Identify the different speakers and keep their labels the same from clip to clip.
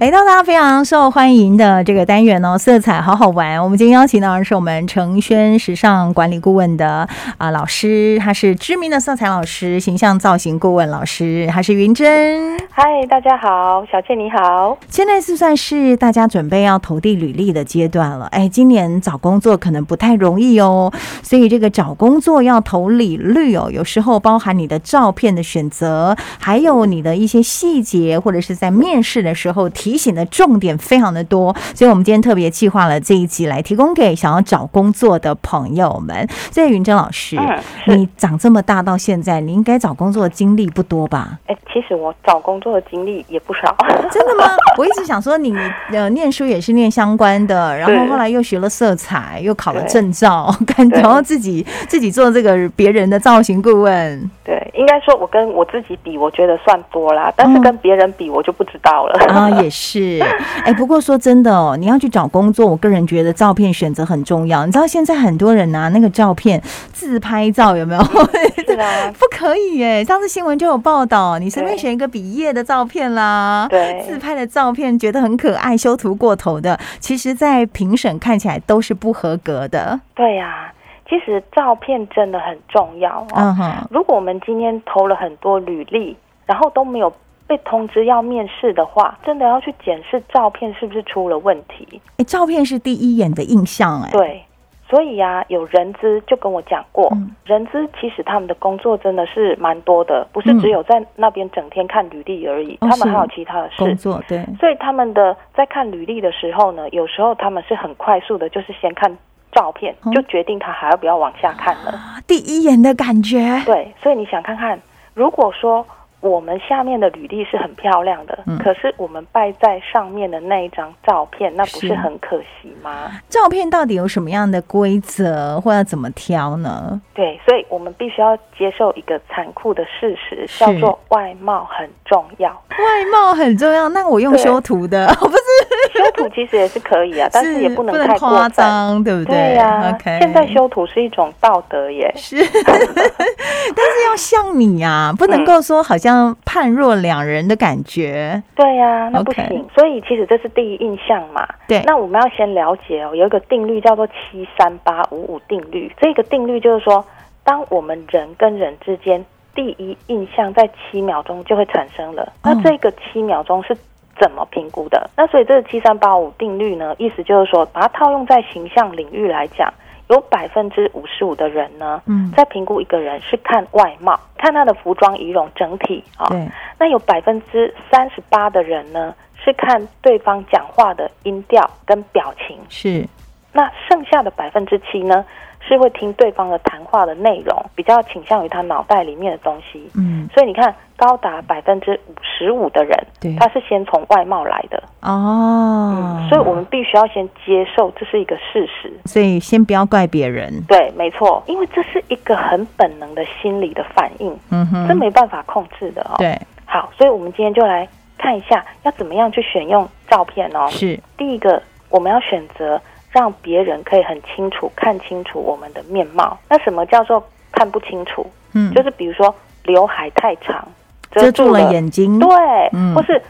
Speaker 1: 来到大家非常受欢迎的这个单元哦，色彩好好玩。我们今天邀请到的是我们程轩时尚管理顾问的啊、老师，他是知名的色彩老师、形象造型顾问老师，他是云珍。
Speaker 2: 嗨，大家好，小倩你好。
Speaker 1: 现在是算是大家准备要投递履历的阶段了。哎，今年找工作可能不太容易哦，所以这个找工作要投履历哦，有时候包含你的照片的选择，还有你的一些细节，或者是在面试的时候提醒的重点非常的多。所以我们今天特别计划了这一集来提供给想要找工作的朋友们。所以云珍老师，
Speaker 2: 嗯，是。
Speaker 1: 你长这么大到现在，你应该找工作的经历不多吧？
Speaker 2: 哎、其实我找工作的经历也不少。
Speaker 1: 真的吗？我一直想说你呃念书也是念相关的，然后
Speaker 2: 对
Speaker 1: 后来又学了色彩，又考了
Speaker 2: 对
Speaker 1: 证照， 感觉
Speaker 2: 对
Speaker 1: 然后自己自己做这个别人的造型顾 问
Speaker 2: 对，应该说我跟我自己比，我觉得算多啦，但是
Speaker 1: 嗯
Speaker 2: 跟别人比，我就不知道 了。
Speaker 1: 啊，也是。哎，不过说真的哦，你要去找工作，我个人觉得照片选择很重要。你知道现在很多人拿那个照片自拍照有没 有？
Speaker 2: 是啊，
Speaker 1: 不可以耶！上次新闻就有报道，你随便
Speaker 2: 对
Speaker 1: 选一个毕业的照片啦，
Speaker 2: 对
Speaker 1: 自拍的照片觉得很可爱，修图过头的，其实，在评审看起来都是不合格的。
Speaker 2: 对呀、其实照片真的很重要哦。
Speaker 1: 嗯哼，
Speaker 2: 如果我们今天投了很多履历，然后都没有被通知要面试的话，真的要去检视照片是不是出了问题。
Speaker 1: 哎，照片是第一眼的印象，哎，
Speaker 2: 对，所以呀、有人资就跟我讲过，
Speaker 1: 嗯
Speaker 2: 人资其实他们的工作真的是蛮多的，不是
Speaker 1: 嗯
Speaker 2: 只有在那边整天看履历而已，
Speaker 1: 哦
Speaker 2: 他们
Speaker 1: 是
Speaker 2: 还有其他的
Speaker 1: 工
Speaker 2: 事。
Speaker 1: 作对，
Speaker 2: 所以他们的在看履历的时候呢，有时候他们是很快速的，就是先看照片，
Speaker 1: 嗯
Speaker 2: 就决定他还要不要往下看了。
Speaker 1: 啊第一眼的感觉，
Speaker 2: 对，所以你想看看，如果说我们下面的履历是很漂亮的，
Speaker 1: 嗯
Speaker 2: 可是我们败在上面的那一张照片，那不
Speaker 1: 是
Speaker 2: 是很可惜吗？
Speaker 1: 照片到底有什么样的规则，或要怎么挑呢？
Speaker 2: 对，所以我们必须要接受一个残酷的事实，
Speaker 1: 是
Speaker 2: 叫做外貌很重 要。
Speaker 1: 外貌很重要，那我用
Speaker 2: 对
Speaker 1: 修图的，我不是，
Speaker 2: 修图其实也是可以啊，但是也不能太过
Speaker 1: 夸
Speaker 2: 分。
Speaker 1: 张，对不
Speaker 2: 对呀、
Speaker 1: ？OK，
Speaker 2: 现在修图是一种道德耶。
Speaker 1: 是， 但是要像你啊，不
Speaker 2: 嗯
Speaker 1: 能够说好像判若两人的感觉。
Speaker 2: 对呀、那不
Speaker 1: OK
Speaker 2: 行。所以其实这是第一印象嘛。
Speaker 1: 对
Speaker 2: 那我们要先了解哦，有一个定律叫做七三八五五定律。这个定律就是说，当我们人跟人之间第一印象在七秒钟就会产生了。
Speaker 1: 嗯
Speaker 2: 那这个七秒钟是怎么评估的？那所以这个七三八五定律呢，意思就是说，把它套用在形象领域来讲，有百分之五十五的人呢，
Speaker 1: 嗯，
Speaker 2: 在评估一个人是看外貌，看他的服装仪容整体啊。
Speaker 1: 对，
Speaker 2: 那有百分之三十八的人呢，是看对方讲话的音调跟表情；
Speaker 1: 是
Speaker 2: 那剩下的百分之七呢，是会听对方的谈话的内容，比较倾向于他脑袋里面的东西。
Speaker 1: 嗯，
Speaker 2: 所以你看，高达百分之五十五的人，
Speaker 1: 对
Speaker 2: 他是先从外貌来的，
Speaker 1: 哦，
Speaker 2: 所以我们必须要先接受这是一个事实。
Speaker 1: 所以先不要怪别人，
Speaker 2: 对，没错，因为这是一个很本能的心理的反应，
Speaker 1: 嗯
Speaker 2: 这
Speaker 1: 哼，
Speaker 2: 没办法控制的哦。
Speaker 1: 对，
Speaker 2: 好，所以我们今天就来看一下要怎么样去选用照片哦。
Speaker 1: 是
Speaker 2: 第一个，我们要选择让别人可以很清楚看清楚我们的面貌。那什么叫做看不清楚？
Speaker 1: 嗯，
Speaker 2: 就是比如说刘海太长，
Speaker 1: 遮住
Speaker 2: 了
Speaker 1: 了眼睛，
Speaker 2: 对，
Speaker 1: 嗯
Speaker 2: 或是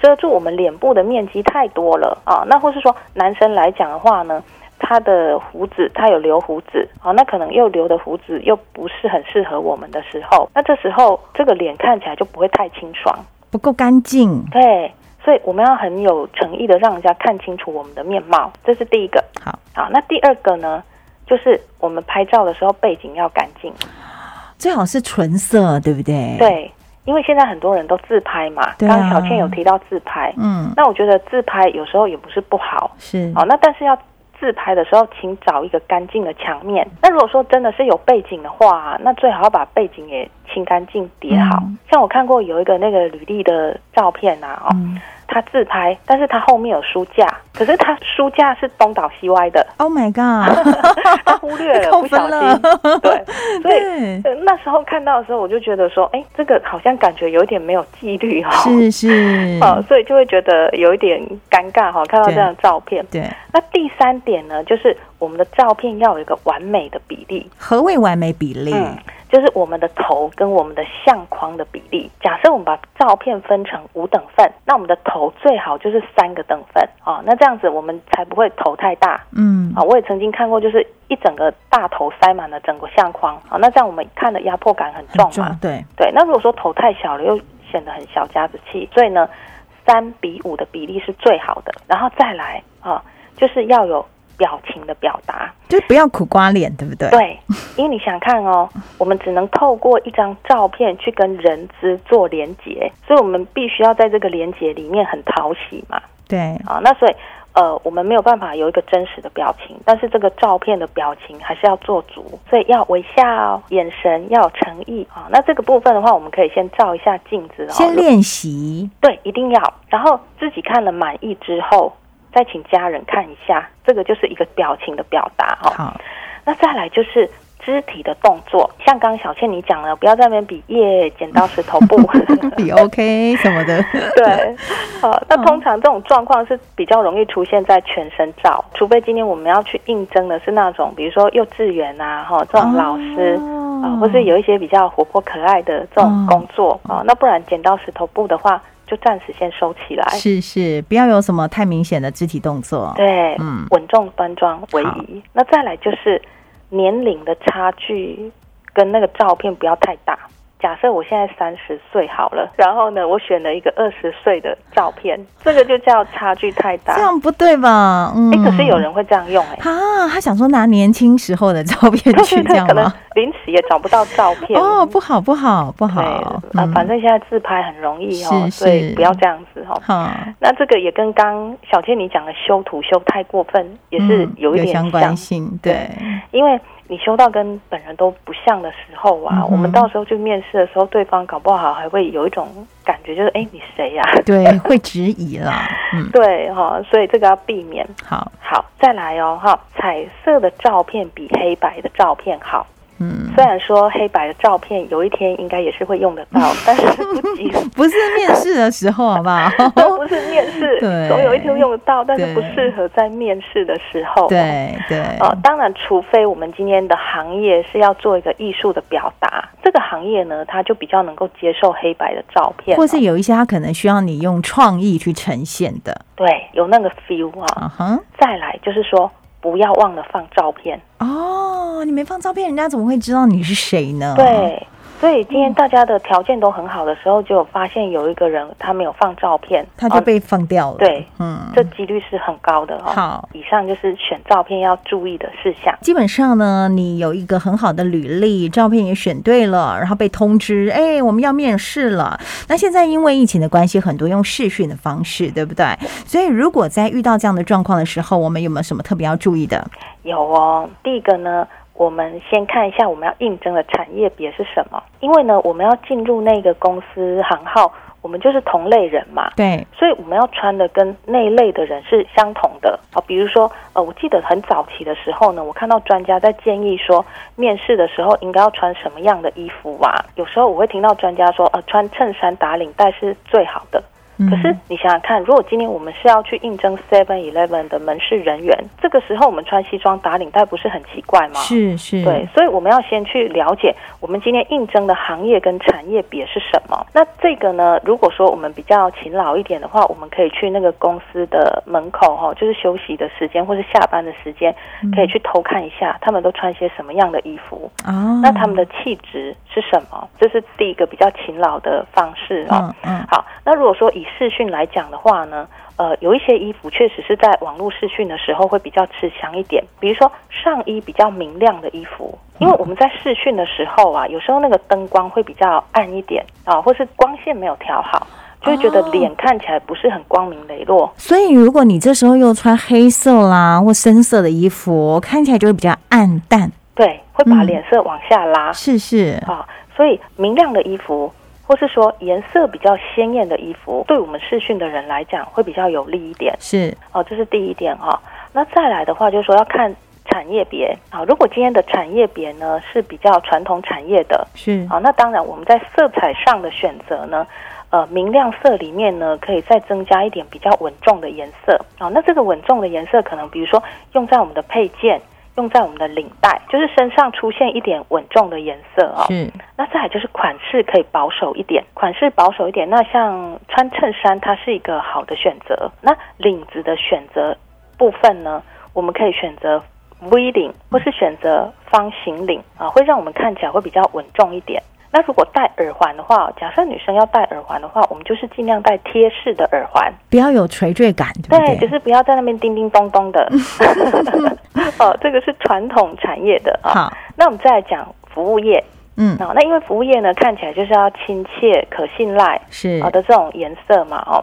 Speaker 2: 遮住我们脸部的面积太多了啊。那或是说男生来讲的话呢，他的胡子他有留胡子啊，那可能又留的胡子又不是很适合我们的时候，那这时候这个脸看起来就不会太清爽，
Speaker 1: 不够干净。
Speaker 2: 对。所以我们要很有诚意的让人家看清楚我们的面貌，这是第一个。
Speaker 1: 好，
Speaker 2: 好，那第二个呢，就是我们拍照的时候背景要干净。
Speaker 1: 最好是纯色，对不对？，
Speaker 2: 对，因为现在很多人都自拍嘛，
Speaker 1: 对
Speaker 2: 刚
Speaker 1: 啊
Speaker 2: 刚小倩有提到自拍，
Speaker 1: 嗯，
Speaker 2: 那我觉得自拍有时候也不是不好，哦
Speaker 1: 是
Speaker 2: 好，那但是要自拍的时候，请找一个干净的墙面。那如果说真的是有背景的话、那最好要把背景也清干净叠好。
Speaker 1: 嗯
Speaker 2: 像我看过有一个那个履历的照片啊，哦，
Speaker 1: 嗯
Speaker 2: 他自拍，但是他后面有书架，可是他书架是东倒西 歪的，
Speaker 1: ，Oh my god，
Speaker 2: 他忽略 了，
Speaker 1: 扣
Speaker 2: 不
Speaker 1: 分
Speaker 2: 小
Speaker 1: 了
Speaker 2: 心， 对，所以。
Speaker 1: 对，
Speaker 2: 呃那时候看到的时候，我就觉得说，哎，这个好像感觉有一点没有纪律哈、哦，
Speaker 1: 是是，
Speaker 2: 哦，所以就会觉得有一点尴尬哈、看到这样的照片。
Speaker 1: 对，
Speaker 2: 那第三点呢，就是我们的照片要有一个完美的比例。
Speaker 1: 何谓完美比例？
Speaker 2: 嗯，就是我们的头跟我们的相框的比例。假设我们把照片分成五等份，那我们的头最好就是三个等份啊、那这样子我们才不会头太大
Speaker 1: 嗯
Speaker 2: 啊。我也曾经看过，就是一整个大头塞满了整个相框啊，那这样我们看的压迫感很重啊
Speaker 1: 很
Speaker 2: 嘛。
Speaker 1: 重对，
Speaker 2: 对，那如果说头太小了，又显得很小家子气，所以呢，三比五的比例是最好的。然后再来啊，就是要有表情的表达。
Speaker 1: 就不要苦瓜脸，对不对？
Speaker 2: 对，因为你想看哦，我们只能透过一张照片去跟人之做连结，所以我们必须要在这个连结里面很讨喜嘛。
Speaker 1: 对，
Speaker 2: 啊，那所以呃，我们没有办法有一个真实的表情，但是这个照片的表情还是要做足，所以要微笑，眼神要有诚意啊。那这个部分的话，我们可以先照一下镜子哦，
Speaker 1: 先练习，
Speaker 2: 对，一定要，然后自己看了满意之后。再请家人看一下，这个就是一个表情的表达哦。
Speaker 1: 好，
Speaker 2: 那再来就是肢体的动作，像刚刚小倩你讲了，不要在那边比耶剪刀石头布，
Speaker 1: 比 OK 什么的，
Speaker 2: 对，呃，那通常这种状况是比较容易出现在全身照，除非今天我们要去应征的是那种，比如说幼稚园啊，哈，这种老师。啊、
Speaker 1: 哦
Speaker 2: 或是有一些比较活泼可爱的这种工作啊、那不然剪刀石头布的话，就暂时先收起来。
Speaker 1: 是是，不要有什么太明显的肢体动作，
Speaker 2: 对，
Speaker 1: 嗯
Speaker 2: 稳重端庄为宜。那再来就是年龄的差距跟那个照片不要太大。假设我现在三十岁好了，然后呢，我选了一个二十岁的照片，这个就叫差距太大。
Speaker 1: 这样不对吧？嗯
Speaker 2: 哎，可是有人会这样用哎、
Speaker 1: 啊，他想说拿年轻时候的照片
Speaker 2: 对
Speaker 1: 去
Speaker 2: 对
Speaker 1: 这
Speaker 2: 对，
Speaker 1: 样
Speaker 2: 可能
Speaker 1: 吗？
Speaker 2: 临时也找不到照片
Speaker 1: 哦，不好，不好，嗯不
Speaker 2: 对
Speaker 1: 好
Speaker 2: 啊，、反正现在自拍很容易哦，
Speaker 1: 是
Speaker 2: 所以
Speaker 1: 是
Speaker 2: 不要这样子哦。
Speaker 1: 好，
Speaker 2: 那这个也跟刚小倩你讲的修图修太过分也是
Speaker 1: 嗯
Speaker 2: 有一点
Speaker 1: 相关性，对，
Speaker 2: 因为你修到跟本人都不像的时候啊，
Speaker 1: 嗯哼
Speaker 2: 我们到时候去面试的时候，对方搞不好还会有一种感觉，就是哎，你谁呀、
Speaker 1: 对，会质疑啦，嗯，
Speaker 2: 对哈、所以这个要避免。
Speaker 1: 好，
Speaker 2: 好，再来哦哈，彩色的照片比黑白的照片好。
Speaker 1: 嗯，
Speaker 2: 虽然说黑白的照片有一天应该也是会用得到，但是不急，
Speaker 1: 不是面试的时候，好不 好？
Speaker 2: 不是面 试
Speaker 1: 对，
Speaker 2: 总有一天会用得到，但是
Speaker 1: 对
Speaker 2: 不适合在面试的时候。。
Speaker 1: 对对，
Speaker 2: 哦，当然，除非我们今天的行业是要做一个艺术的表达，这个行业呢，它就比较能够接受黑白的照片、哦
Speaker 1: 或是有一些他可能需要你用创意去呈现的，
Speaker 2: 对有那个 feel 啊。
Speaker 1: 啊哈，
Speaker 2: 再来就是说，不要忘了放照片。
Speaker 1: 哦，你没放照片，人家怎么会知道你是谁呢？，
Speaker 2: 对，所以今天大家的条件都很好的时候，就有发现有一个人他没有放照片，
Speaker 1: 他就
Speaker 2: 哦
Speaker 1: 被放掉了，
Speaker 2: 对，
Speaker 1: 嗯，
Speaker 2: 这几率是很高的哦。
Speaker 1: 好。
Speaker 2: 以上就是选照片要注意的事项。
Speaker 1: 基本上呢，你有一个很好的履历，照片也选对了，然后被通知，哎，我们要面试了。那现在因为疫情的关系，很多用视讯的方式，对不对？所以如果在遇到这样的状况的时候，我们有没有什么特别要注意的？
Speaker 2: 有哦，第一个呢，我们先看一下我们要应征的产业别是什么，因为呢，我们要进入那个公司行号，我们就是同类人嘛。
Speaker 1: 对，
Speaker 2: 所以我们要穿的跟那一类的人是相同的啊，比如说，呃，我记得很早期的时候呢，我看到专家在建议说，面试的时候应该要穿什么样的衣服啊？有时候我会听到专家说，呃，穿衬衫打领带是最好的。
Speaker 1: 嗯
Speaker 2: 可是你想想看，如果今天我们是要去应征 Seven Eleven 的门市人员，这个时候我们穿西装打领带不是很奇怪吗？
Speaker 1: 是是，
Speaker 2: 对，所以我们要先去了解我们今天应征的行业跟产业别是什么。那这个呢，如果说我们比较勤劳一点的话，我们可以去那个公司的门口哈、哦，就是休息的时间或是下班的时间，
Speaker 1: 嗯
Speaker 2: 可以去偷看一下他们都穿些什么样的衣服，
Speaker 1: 哦，
Speaker 2: 那他们的气质是什么？这是第一个比较勤劳的方式哦。
Speaker 1: 嗯嗯
Speaker 2: 好，那如果说以视讯来讲的话呢，呃，有一些衣服确实是在网络视讯的时候会比较吃香一点，比如说上衣比较明亮的衣服，因为我们在视讯的时候啊，有时候那个灯光会比较暗一点啊，或是光线没有调好，就会觉得
Speaker 1: 哦
Speaker 2: 脸看起来不是很光明磊落。
Speaker 1: 所以如果你这时候又穿黑色啦或深色的衣服，看起来就会比较暗淡，
Speaker 2: 对，会把
Speaker 1: 嗯
Speaker 2: 脸色往下拉。
Speaker 1: 是是，
Speaker 2: 啊，所以明亮的衣服，或是说颜色比较鲜艳的衣服，对我们视讯的人来讲会比较有利一点
Speaker 1: 是
Speaker 2: 哦，这是第一点哈、那再来的话，就是说要看产业别啊。如果今天的产业别呢是比较传统产业的
Speaker 1: 是，
Speaker 2: 啊，那当然我们在色彩上的选择呢。呃，明亮色里面呢，可以再增加一点比较稳重的颜色啊。那这个稳重的颜色，可能比如说用在我们的配件，用在我们的领带，就是身上出现一点稳重的颜色哦。
Speaker 1: 是
Speaker 2: 那再来就是款式可以保守一点，款式保守一点。那像穿衬衫，它是一个好的选择。那领子的选择部分呢，我们可以选择 V 领，或是选择方形领啊，会让我们看起来会比较稳重一点。那如果戴耳环的话，假设女生要戴耳环的话，我们就是尽量戴贴式的耳环，
Speaker 1: 不要有垂坠感，对不
Speaker 2: 对，就是不要在那边叮叮咚咚的。 哦，这个是传统产业的啊。
Speaker 1: 好，
Speaker 2: 那我们再来讲服务业，
Speaker 1: 嗯，
Speaker 2: 哦，那因为服务业呢，看起来就是要亲切、可信赖
Speaker 1: 是
Speaker 2: 好、的这种颜色嘛，哦，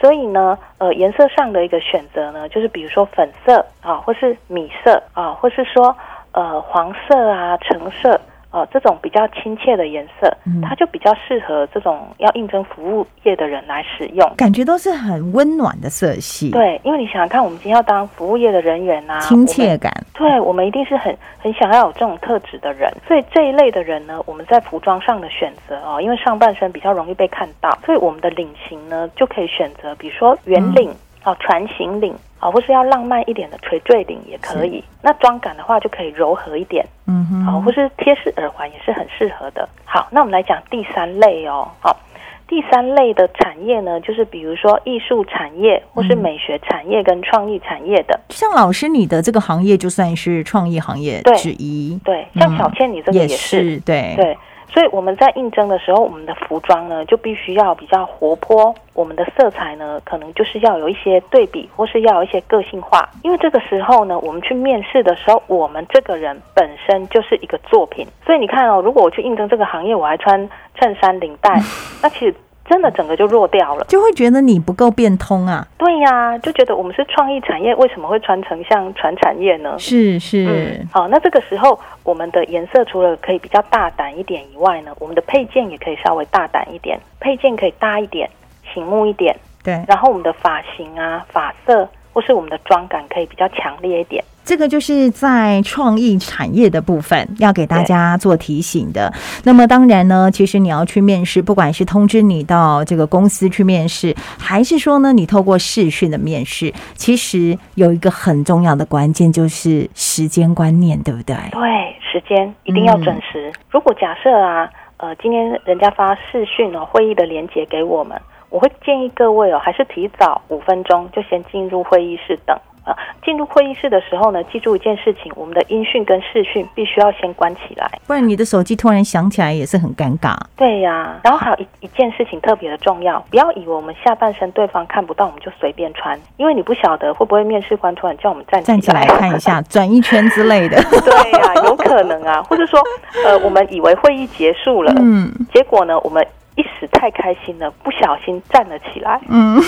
Speaker 2: 所以呢，呃，颜色上的一个选择呢，就是比如说粉色啊，或是米色啊，或是说呃黄色啊、橙色。呃，这种比较亲切的颜色，
Speaker 1: 嗯
Speaker 2: 它就比较适合这种要应征服务业的人来使用。
Speaker 1: 感觉都是很温暖的色系，，
Speaker 2: 对，因为你想想看，我们今天要当服务业的人员啊呐、
Speaker 1: 亲
Speaker 2: 我们
Speaker 1: 切感，
Speaker 2: 对，我们一定是很很想要有这种特质的人，所以这一类的人呢，我们在服装上的选择哦，因为上半身比较容易被看到，所以我们的领型呢就可以选择，比如说圆领啊、哦、船型领啊、或是要浪漫一点的垂坠领也可以。那妆感的话，就可以柔和一点，哦
Speaker 1: 嗯哼，
Speaker 2: 好、或是贴饰耳环也是很适合的。好，那我们来讲第三类哦，好、第三类的产业呢，就是比如说艺术产业，或是美学产业跟创意产业的。
Speaker 1: 像老师你的这个行业就算是创意行业
Speaker 2: 对
Speaker 1: 之一，
Speaker 2: 对，像小倩你这个
Speaker 1: 也
Speaker 2: 也是，
Speaker 1: 是对，
Speaker 2: 对，所以我们在应征的时候，我们的服装呢就必须要比较活泼，我们的色彩呢可能就是要有一些对比，或是要有一些个性化。因为这个时候呢，我们去面试的时候，我们这个人本身就是一个作品。所以你看哦，如果我去应征这个行业，我还穿衬衫领带，那其实真的整个就弱掉了。
Speaker 1: 就会觉得你不够变通啊，
Speaker 2: 对呀、就觉得我们是创意产业，为什么会穿成像传产业呢？
Speaker 1: 是是。
Speaker 2: 嗯，好，那这个时候我们的颜色除了可以比较大胆一点以外呢，我们的配件也可以稍微大胆一点，配件可以搭一点，醒目一点，
Speaker 1: 对，
Speaker 2: 然后我们的发型啊、发色或是我们的妆感可以比较强烈一点。
Speaker 1: 这个就是在创意产业的部分要给大家做提醒的。那么当然呢，其实你要去面试，不管是通知你到这个公司去面试，还是说呢你透过视讯的面试，其实有一个很重要的关键就是时间观念，对不对？
Speaker 2: 对，时间一定要
Speaker 1: 嗯
Speaker 2: 准时。如果假设啊，呃，今天人家发视讯哦，会议的连接给我们，我会建议各位哦，还是提早五分钟就先进入会议室等。啊，进入会议室的时候呢，记住一件事情，我们的音讯跟视讯必须要先关起来。
Speaker 1: 不然你的手机突然响起来也是很尴尬。
Speaker 2: 对呀、然后还有一一件事情特别的重要，不要以为我们下半身对方看不到，我们就随便穿，因为你不晓得会不会面试官突然叫我们站起来。
Speaker 1: 站起来看一下，转一圈之类的。
Speaker 2: 对呀、有可 能啊，或者说，呃，我们以为会议结束了，
Speaker 1: 嗯
Speaker 2: 结果呢，我们一时太开心了，不小心站了起来。
Speaker 1: 嗯，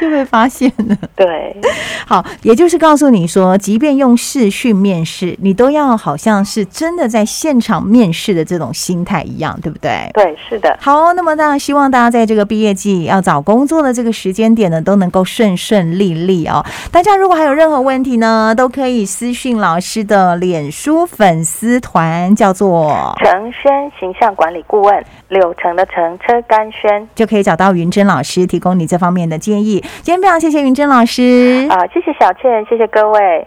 Speaker 1: 就被发现了。
Speaker 2: 对，
Speaker 1: 好，也就是告诉你说，即便用视讯面试，你都要好像是真的在现场面试的这种心态一样，对不对？
Speaker 2: 对，是的，
Speaker 1: 好，那么当然希望大家在这个毕业季要找工作的这个时间点呢，都能够顺顺利利哦。大家如果还有任何问题呢，都可以私讯老师的脸书粉丝团，叫做
Speaker 2: 程轩形象管理顾问，柳橙的橙，车甘轩。
Speaker 1: 就可以找到云珍老师提供你这方面的建议。今天非常谢谢云珍老师，
Speaker 2: 啊、谢谢小倩，谢谢各位，